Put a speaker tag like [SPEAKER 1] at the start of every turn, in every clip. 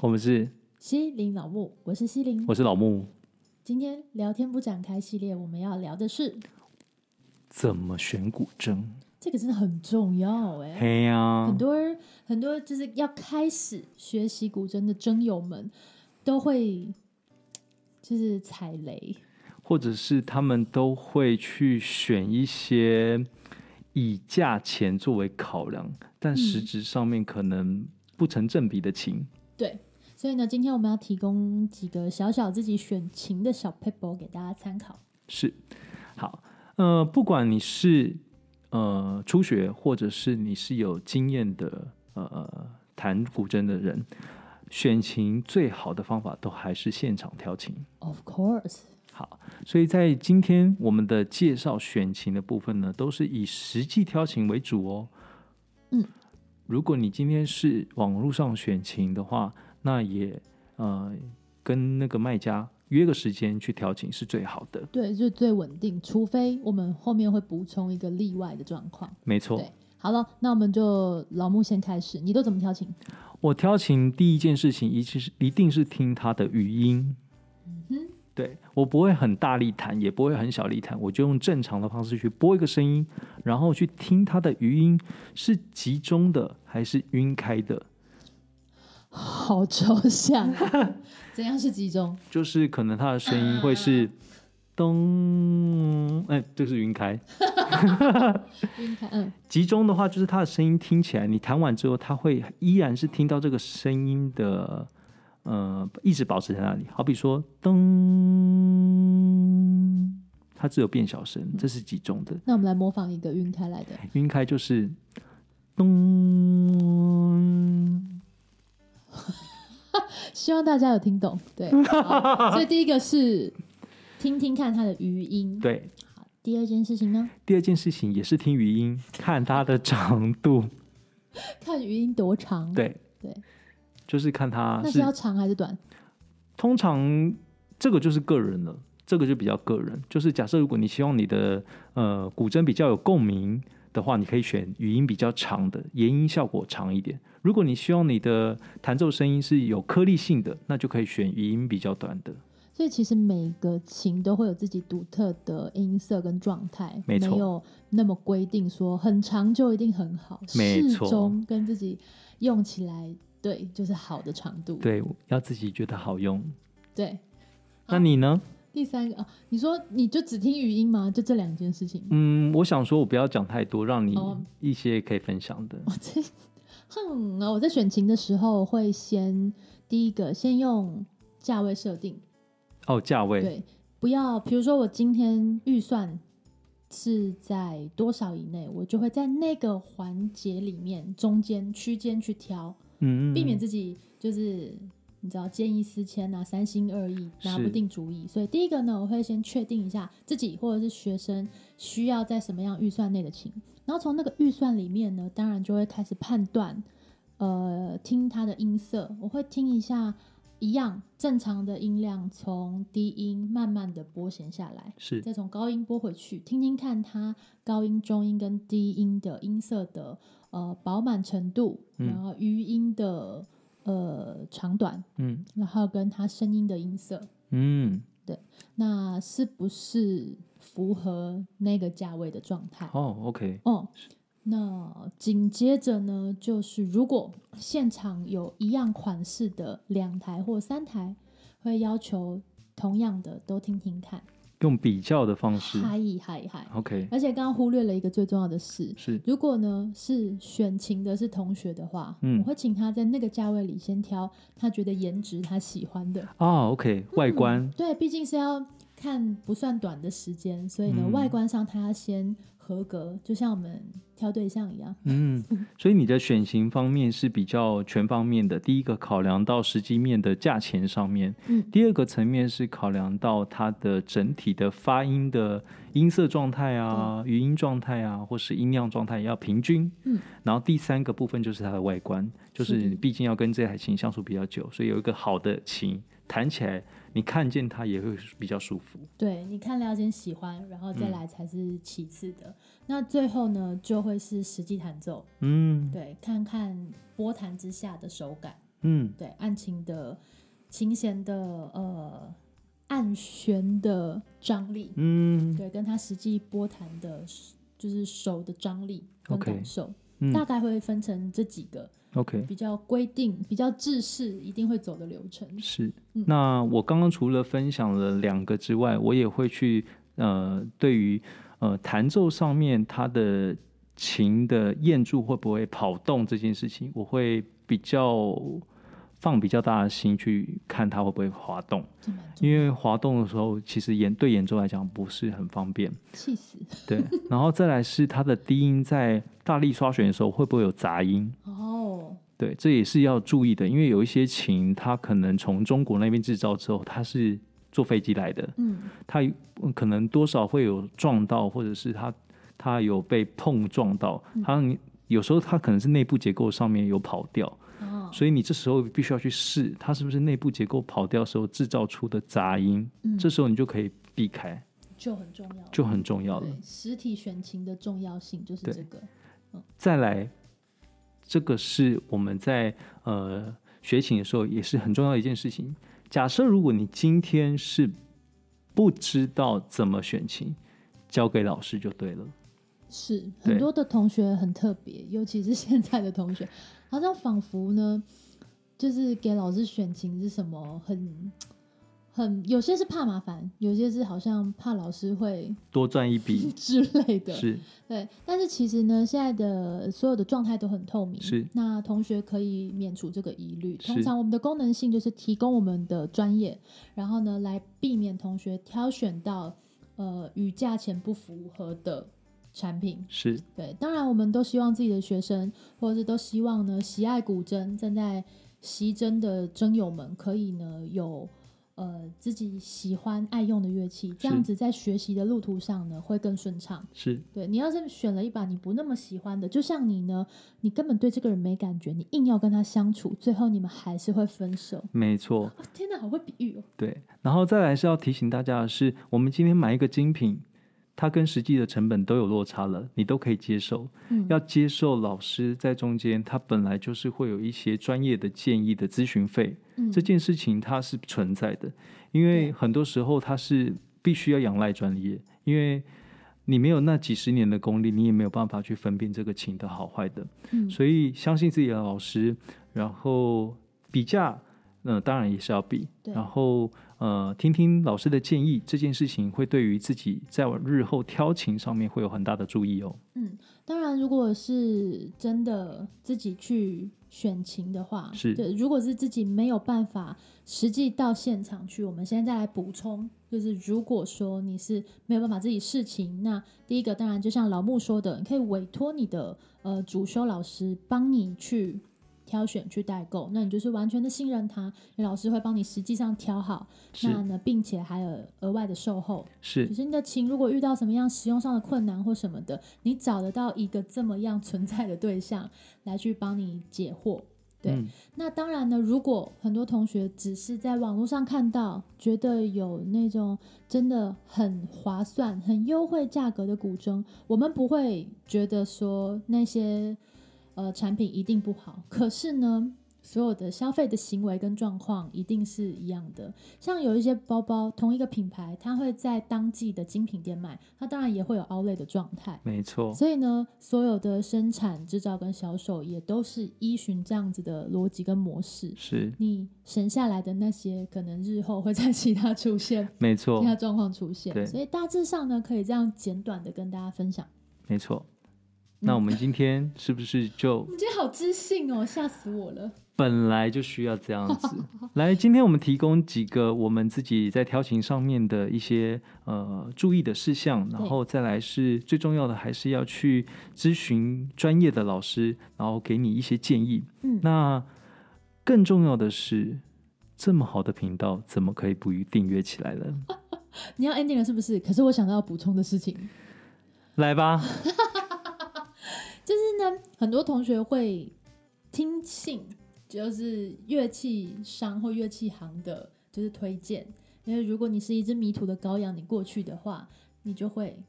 [SPEAKER 1] 我们是，
[SPEAKER 2] 西林老木，我是西林。
[SPEAKER 1] 我是老木，
[SPEAKER 2] 今天聊天不展开系列，我们要聊的是
[SPEAKER 1] 怎么选古筝？
[SPEAKER 2] 这个真的很重要哎、
[SPEAKER 1] 嘿嗯呀、
[SPEAKER 2] 很多人很多就是要开始学习古筝的筝友们都会就是踩雷，
[SPEAKER 1] 或者是他们都会去选一些以价钱作为考量，但实质上面可能不成正比的琴。
[SPEAKER 2] 对。所以呢，今天我们要提供几个小小自己选琴的小 paper 给大家参考。
[SPEAKER 1] 是，好，呃，不管你是呃初学，或者是你是有经验的呃弹古筝的人，选琴最好的方法都还是现场挑琴。
[SPEAKER 2] Of course，
[SPEAKER 1] 好，所以在今天我们的介绍选琴的部分呢，都是以实际挑琴为主哦。
[SPEAKER 2] 嗯，
[SPEAKER 1] 如果你今天是网络上选琴的话，那也呃跟那个卖家约个时间去挑琴是最好的。
[SPEAKER 2] 对，就最稳定，除非我们后面会补充一个例外的状况。
[SPEAKER 1] 没错，
[SPEAKER 2] 对，好了，那我们就老木先开始，你都怎么挑琴？
[SPEAKER 1] 我挑琴第一件事情，一定是一定是听它的语音。
[SPEAKER 2] 哼
[SPEAKER 1] 对我不会很大力弹，也不会很小力弹，我就用正常的方式去播一个声音，然后去听它的余音是集中的还是晕开的，
[SPEAKER 2] 好抽象、啊， 怎样是集中？
[SPEAKER 1] 就是可能它的声音会是咚，哎，就是晕开。
[SPEAKER 2] 晕开，嗯，
[SPEAKER 1] 集中的话，就是它的声音听起来，你弹完之后，它会依然是听到这个声音的，呃，一直保持在那里。好比说噔，它只有变小声，
[SPEAKER 2] 嗯
[SPEAKER 1] 这是集中的。
[SPEAKER 2] 那我们来模仿一个晕开来的，
[SPEAKER 1] 晕开就是咚，
[SPEAKER 2] 希望大家有听懂。 对，好所以第一个是听听看它的余音。
[SPEAKER 1] 对。
[SPEAKER 2] 好，第二件事情呢，
[SPEAKER 1] 第二件事情也是听语音，看它的长度，
[SPEAKER 2] 看余音多长。
[SPEAKER 1] 对，
[SPEAKER 2] 对，
[SPEAKER 1] 就是看它
[SPEAKER 2] 那
[SPEAKER 1] 是
[SPEAKER 2] 是要长还是短？
[SPEAKER 1] 通常这个就是个人了，这个就比较个人。就是假设如果你希望你的呃古筝比较有共鸣的话，你可以选语音比较长的，延音效果长一点。如果你希望你的弹奏声音是有颗粒性的，那就可以选语音比较短的。
[SPEAKER 2] 所以其实每个琴都会有自己独特的音色跟状态，
[SPEAKER 1] 没错
[SPEAKER 2] 有那么规定说很长就一定很好，
[SPEAKER 1] 没
[SPEAKER 2] 适
[SPEAKER 1] 错
[SPEAKER 2] 中跟自己用起来，对，就是好的长度。
[SPEAKER 1] 对，要自己觉得好用。
[SPEAKER 2] 对，
[SPEAKER 1] 那你呢？
[SPEAKER 2] 第三个啊，你说你就只听语音吗？就这两件事情吗？
[SPEAKER 1] 嗯，我想说，我不要讲太多，让你
[SPEAKER 2] 哦
[SPEAKER 1] 一些可以分享的。
[SPEAKER 2] 我在，哼，哦我在选琴的时候会先第一个先用价位设定，
[SPEAKER 1] 哦，价位，
[SPEAKER 2] 对，不要，比如说我今天预算是在多少以内，我就会在那个环节里面中间区间去挑，
[SPEAKER 1] 嗯，
[SPEAKER 2] 避免
[SPEAKER 1] 嗯
[SPEAKER 2] 自己就是。你知道见异思迁啊，三心二意，拿不
[SPEAKER 1] 是
[SPEAKER 2] 定主意。所以第一个呢，我会先确定一下自己或者是学生需要在什么样预算内的琴，然后从那个预算里面呢，当然就会开始判断，呃，听它的音色，我会听一下一样正常的音量，从低音慢慢的拨弦下来，
[SPEAKER 1] 是
[SPEAKER 2] 再从高音拨回去，听听看它高音、中音跟低音的音色的呃饱满程度，
[SPEAKER 1] 嗯
[SPEAKER 2] 然后余音的呃长短，
[SPEAKER 1] 嗯
[SPEAKER 2] 然后跟它声音的音色，
[SPEAKER 1] 嗯，
[SPEAKER 2] 那是不是符合那个价位的状态？
[SPEAKER 1] 哦，OK，
[SPEAKER 2] 哦，那紧接着呢，就是如果现场有一样款式的两台或三台，会要求同样的都听听看，
[SPEAKER 1] 用比较的方式
[SPEAKER 2] 嗨一嗨一嗨。
[SPEAKER 1] ，OK，
[SPEAKER 2] 而且刚刚忽略了一个最重要的事，
[SPEAKER 1] 是
[SPEAKER 2] 如果呢是选琴的是同学的话，
[SPEAKER 1] 嗯
[SPEAKER 2] 我会请他在那个价位里先挑他觉得颜值他喜欢的。
[SPEAKER 1] 哦，OK，外观
[SPEAKER 2] 嗯，对，毕竟是要看不算短的时间，所以呢，
[SPEAKER 1] 嗯
[SPEAKER 2] 外观上他要先合格，就像我们挑对象一样。
[SPEAKER 1] 嗯，所以你的选型方面是比较全方面的。第一个考量到实际面的价钱上面，
[SPEAKER 2] 嗯
[SPEAKER 1] 第二个层面是考量到它的整体的发音的音色状态啊、语音状态啊，或是音量状态要平均。
[SPEAKER 2] 嗯，
[SPEAKER 1] 然后第三个部分就是它的外观，就是
[SPEAKER 2] 是的
[SPEAKER 1] 你毕竟要跟这台琴相处比较久，所以有一个好的琴弹起来，你看见它也会比较舒服。
[SPEAKER 2] 对，你看了解喜欢，然后
[SPEAKER 1] 嗯
[SPEAKER 2] 再来才是其次的。那最后呢，就会是实际弹奏，
[SPEAKER 1] 嗯
[SPEAKER 2] 对，看看拨弹之下的手感。
[SPEAKER 1] 嗯
[SPEAKER 2] 对，案情的琴弦的呃按弦的张力，
[SPEAKER 1] 嗯
[SPEAKER 2] 对，跟他实际拨弹的，就是手的张力跟
[SPEAKER 1] OK
[SPEAKER 2] 感受大
[SPEAKER 1] 嗯
[SPEAKER 2] 概会分成这几个
[SPEAKER 1] ，OK，
[SPEAKER 2] 比较规定、比较制式一定会走的流程。
[SPEAKER 1] 是
[SPEAKER 2] 嗯。
[SPEAKER 1] 那我刚刚除了分享了两个之外，我也会去呃，对于呃弹奏上面它的琴的验助会不会跑动这件事情，我会比较放比较大的心去看它会不会滑动，
[SPEAKER 2] 这蛮重
[SPEAKER 1] 因
[SPEAKER 2] 要，
[SPEAKER 1] 为滑动的时候，其实演对演奏来讲不是很方便。
[SPEAKER 2] 气死
[SPEAKER 1] 对，然后再来是它的低音在大力刷弦的时候会不会有杂音？
[SPEAKER 2] 哦，
[SPEAKER 1] 对，这也是要注意的，因为有一些琴它可能从中国那边制造之后，它是坐飞机来的，
[SPEAKER 2] 嗯，
[SPEAKER 1] 它有可能多少会有撞到，或者是它它有被碰撞到，
[SPEAKER 2] 嗯
[SPEAKER 1] 它有时候它可能是内部结构上面有跑掉，
[SPEAKER 2] 哦，
[SPEAKER 1] 所以你这时候必须要去试它是不是内部结构跑掉时候制造出的杂音，
[SPEAKER 2] 嗯
[SPEAKER 1] 这时候你就可以避开，
[SPEAKER 2] 就很重要，
[SPEAKER 1] 就很重要了。
[SPEAKER 2] 对实体选琴的重要性就是
[SPEAKER 1] 对
[SPEAKER 2] 这个，
[SPEAKER 1] 再来，这个是我们在呃学琴的时候也是很重要的一件事情。假设如果你今天是不知道怎么选琴，交给老师就对了。
[SPEAKER 2] 是
[SPEAKER 1] 对
[SPEAKER 2] 很多的同学很特别，尤其是现在的同学， 好像仿佛呢，就是给老师选琴是什么很很，有些是怕麻烦，有些是好像怕老师会
[SPEAKER 1] 多赚一笔
[SPEAKER 2] 之类的。
[SPEAKER 1] 是
[SPEAKER 2] 对，但是其实呢，现在的所有的状态都很透明，
[SPEAKER 1] 是
[SPEAKER 2] 那同学可以免除这个疑虑。
[SPEAKER 1] 是
[SPEAKER 2] 通常我们的功能性就是提供我们的专业，然后呢，来避免同学挑选到呃与价钱不符合的产品。
[SPEAKER 1] 是
[SPEAKER 2] 对，当然我们都希望自己的学生，或者是都希望呢，喜爱古筝、正在习筝的筝友们，可以呢有呃自己喜欢爱用的乐器，这样子在学习的路途上呢会更顺畅。
[SPEAKER 1] 是
[SPEAKER 2] 对你要是选了一把你不那么喜欢的，就像你呢，你根本对这个人没感觉，你硬要跟他相处，最后你们还是会分手。
[SPEAKER 1] 没错，
[SPEAKER 2] 哦，天哪，好会比喻哦！
[SPEAKER 1] 对。然后再来是要提醒大家的是，我们今天买一个精品，它跟实际的成本都有落差了，你都可以接受。
[SPEAKER 2] 嗯，
[SPEAKER 1] 要接受老师在中间，他本来就是会有一些专业的建议的咨询费，
[SPEAKER 2] 嗯
[SPEAKER 1] 这件事情它是存在的，因为
[SPEAKER 2] 对
[SPEAKER 1] 很多时候它是必须要仰赖专业，因为你没有那几十年的功力，你也没有办法去分辨这个琴的好坏的，
[SPEAKER 2] 嗯
[SPEAKER 1] 所以相信自己的老师，然后比价，嗯、当然也是要比，
[SPEAKER 2] 对
[SPEAKER 1] 然后呃，听听老师的建议，这件事情会对于自己在日后挑琴上面会有很大的注意哦。
[SPEAKER 2] 嗯当然，如果是真的自己去选琴的话，
[SPEAKER 1] 是
[SPEAKER 2] 对。如果是自己没有办法实际到现场去，我们现在再来补充，就是如果说你是没有办法自己试琴，那第一个当然就像老木说的，你可以委托你的呃主修老师帮你去。挑选去代购，那你就是完全的信任他，你老师会帮你实际上挑好，
[SPEAKER 1] 是
[SPEAKER 2] 那呢，并且还有额外的售后，
[SPEAKER 1] 是
[SPEAKER 2] 可，是你的琴如果遇到什么样使用上的困难或什么的，你找得到一个这么样存在的对象来去帮你解惑。对
[SPEAKER 1] 嗯
[SPEAKER 2] 那当然呢，如果很多同学只是在网络上看到，觉得有那种真的很划算、很优惠价格的古筝，我们不会觉得说那些呃产品一定不好。可是呢，所有的消费的行为跟状况一定是一样的。像有一些包包，同一个品牌，它会在当季的精品店卖，它当然也会有 outlet 的状态。
[SPEAKER 1] 没错，
[SPEAKER 2] 所以呢，所有的生产、制造跟销售也都是依循这样子的逻辑跟模式。
[SPEAKER 1] 是
[SPEAKER 2] 你省下来的那些，可能日后会在其他出现、
[SPEAKER 1] 没
[SPEAKER 2] 其
[SPEAKER 1] 错，
[SPEAKER 2] 他状况出现。
[SPEAKER 1] 对
[SPEAKER 2] 所以大致上呢，可以这样简短的跟大家分享。
[SPEAKER 1] 没错。那我们今天是不是就
[SPEAKER 2] 你今天好知性哦，吓死我了！
[SPEAKER 1] 本来就需要这样子？来，今天我们提供几个我们自己在调情上面的一些呃注意的事项，然后再来是最重要的，还是要去咨询专业的老师，然后给你一些建议。
[SPEAKER 2] 嗯
[SPEAKER 1] 那更重要的是，这么好的频道怎么可以不订阅起来呢？
[SPEAKER 2] 你要 ending 了是不是？可是我想到要补充的事情，
[SPEAKER 1] 来吧，
[SPEAKER 2] 就是呢，很多同学会听信就是乐器商或乐器行的，就是推荐，因为如果你是一只迷途的羔羊，你过去的话，你就会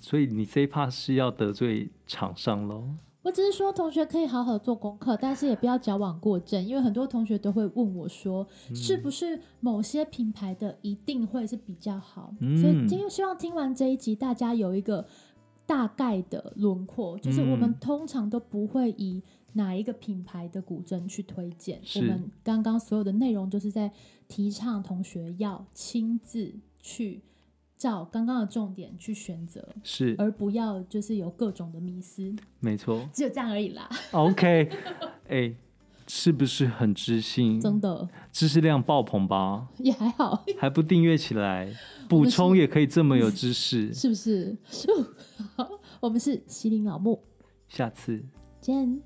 [SPEAKER 1] 所以你这一趴是要得罪厂商喽。
[SPEAKER 2] 我只是说，同学可以好好做功课，但是也不要矫枉过正，因为很多同学都会问我说，
[SPEAKER 1] 嗯
[SPEAKER 2] 是不是某些品牌的一定会是比较好？所以
[SPEAKER 1] 嗯
[SPEAKER 2] 今希望听完这一集，大家有一个大概的轮廓，就是我们
[SPEAKER 1] 嗯
[SPEAKER 2] 通常都不会以哪一个品牌的古筝去推荐，我
[SPEAKER 1] 是
[SPEAKER 2] 们刚刚所有的内容就是在提倡同学要亲自去照刚刚的重点去选择。
[SPEAKER 1] 是
[SPEAKER 2] 而不要就是有各种的迷思，
[SPEAKER 1] 没错。
[SPEAKER 2] 只有这样而已啦，
[SPEAKER 1] 嗯 OK，哎、 是不是很知性？
[SPEAKER 2] 真的
[SPEAKER 1] 知识量爆棚吧？
[SPEAKER 2] 也还好，
[SPEAKER 1] 还不订阅起来，
[SPEAKER 2] 我
[SPEAKER 1] 补
[SPEAKER 2] 们是
[SPEAKER 1] 充也可以这么有知识。
[SPEAKER 2] 是不是？好，我们是西林老木，
[SPEAKER 1] 下次
[SPEAKER 2] 见。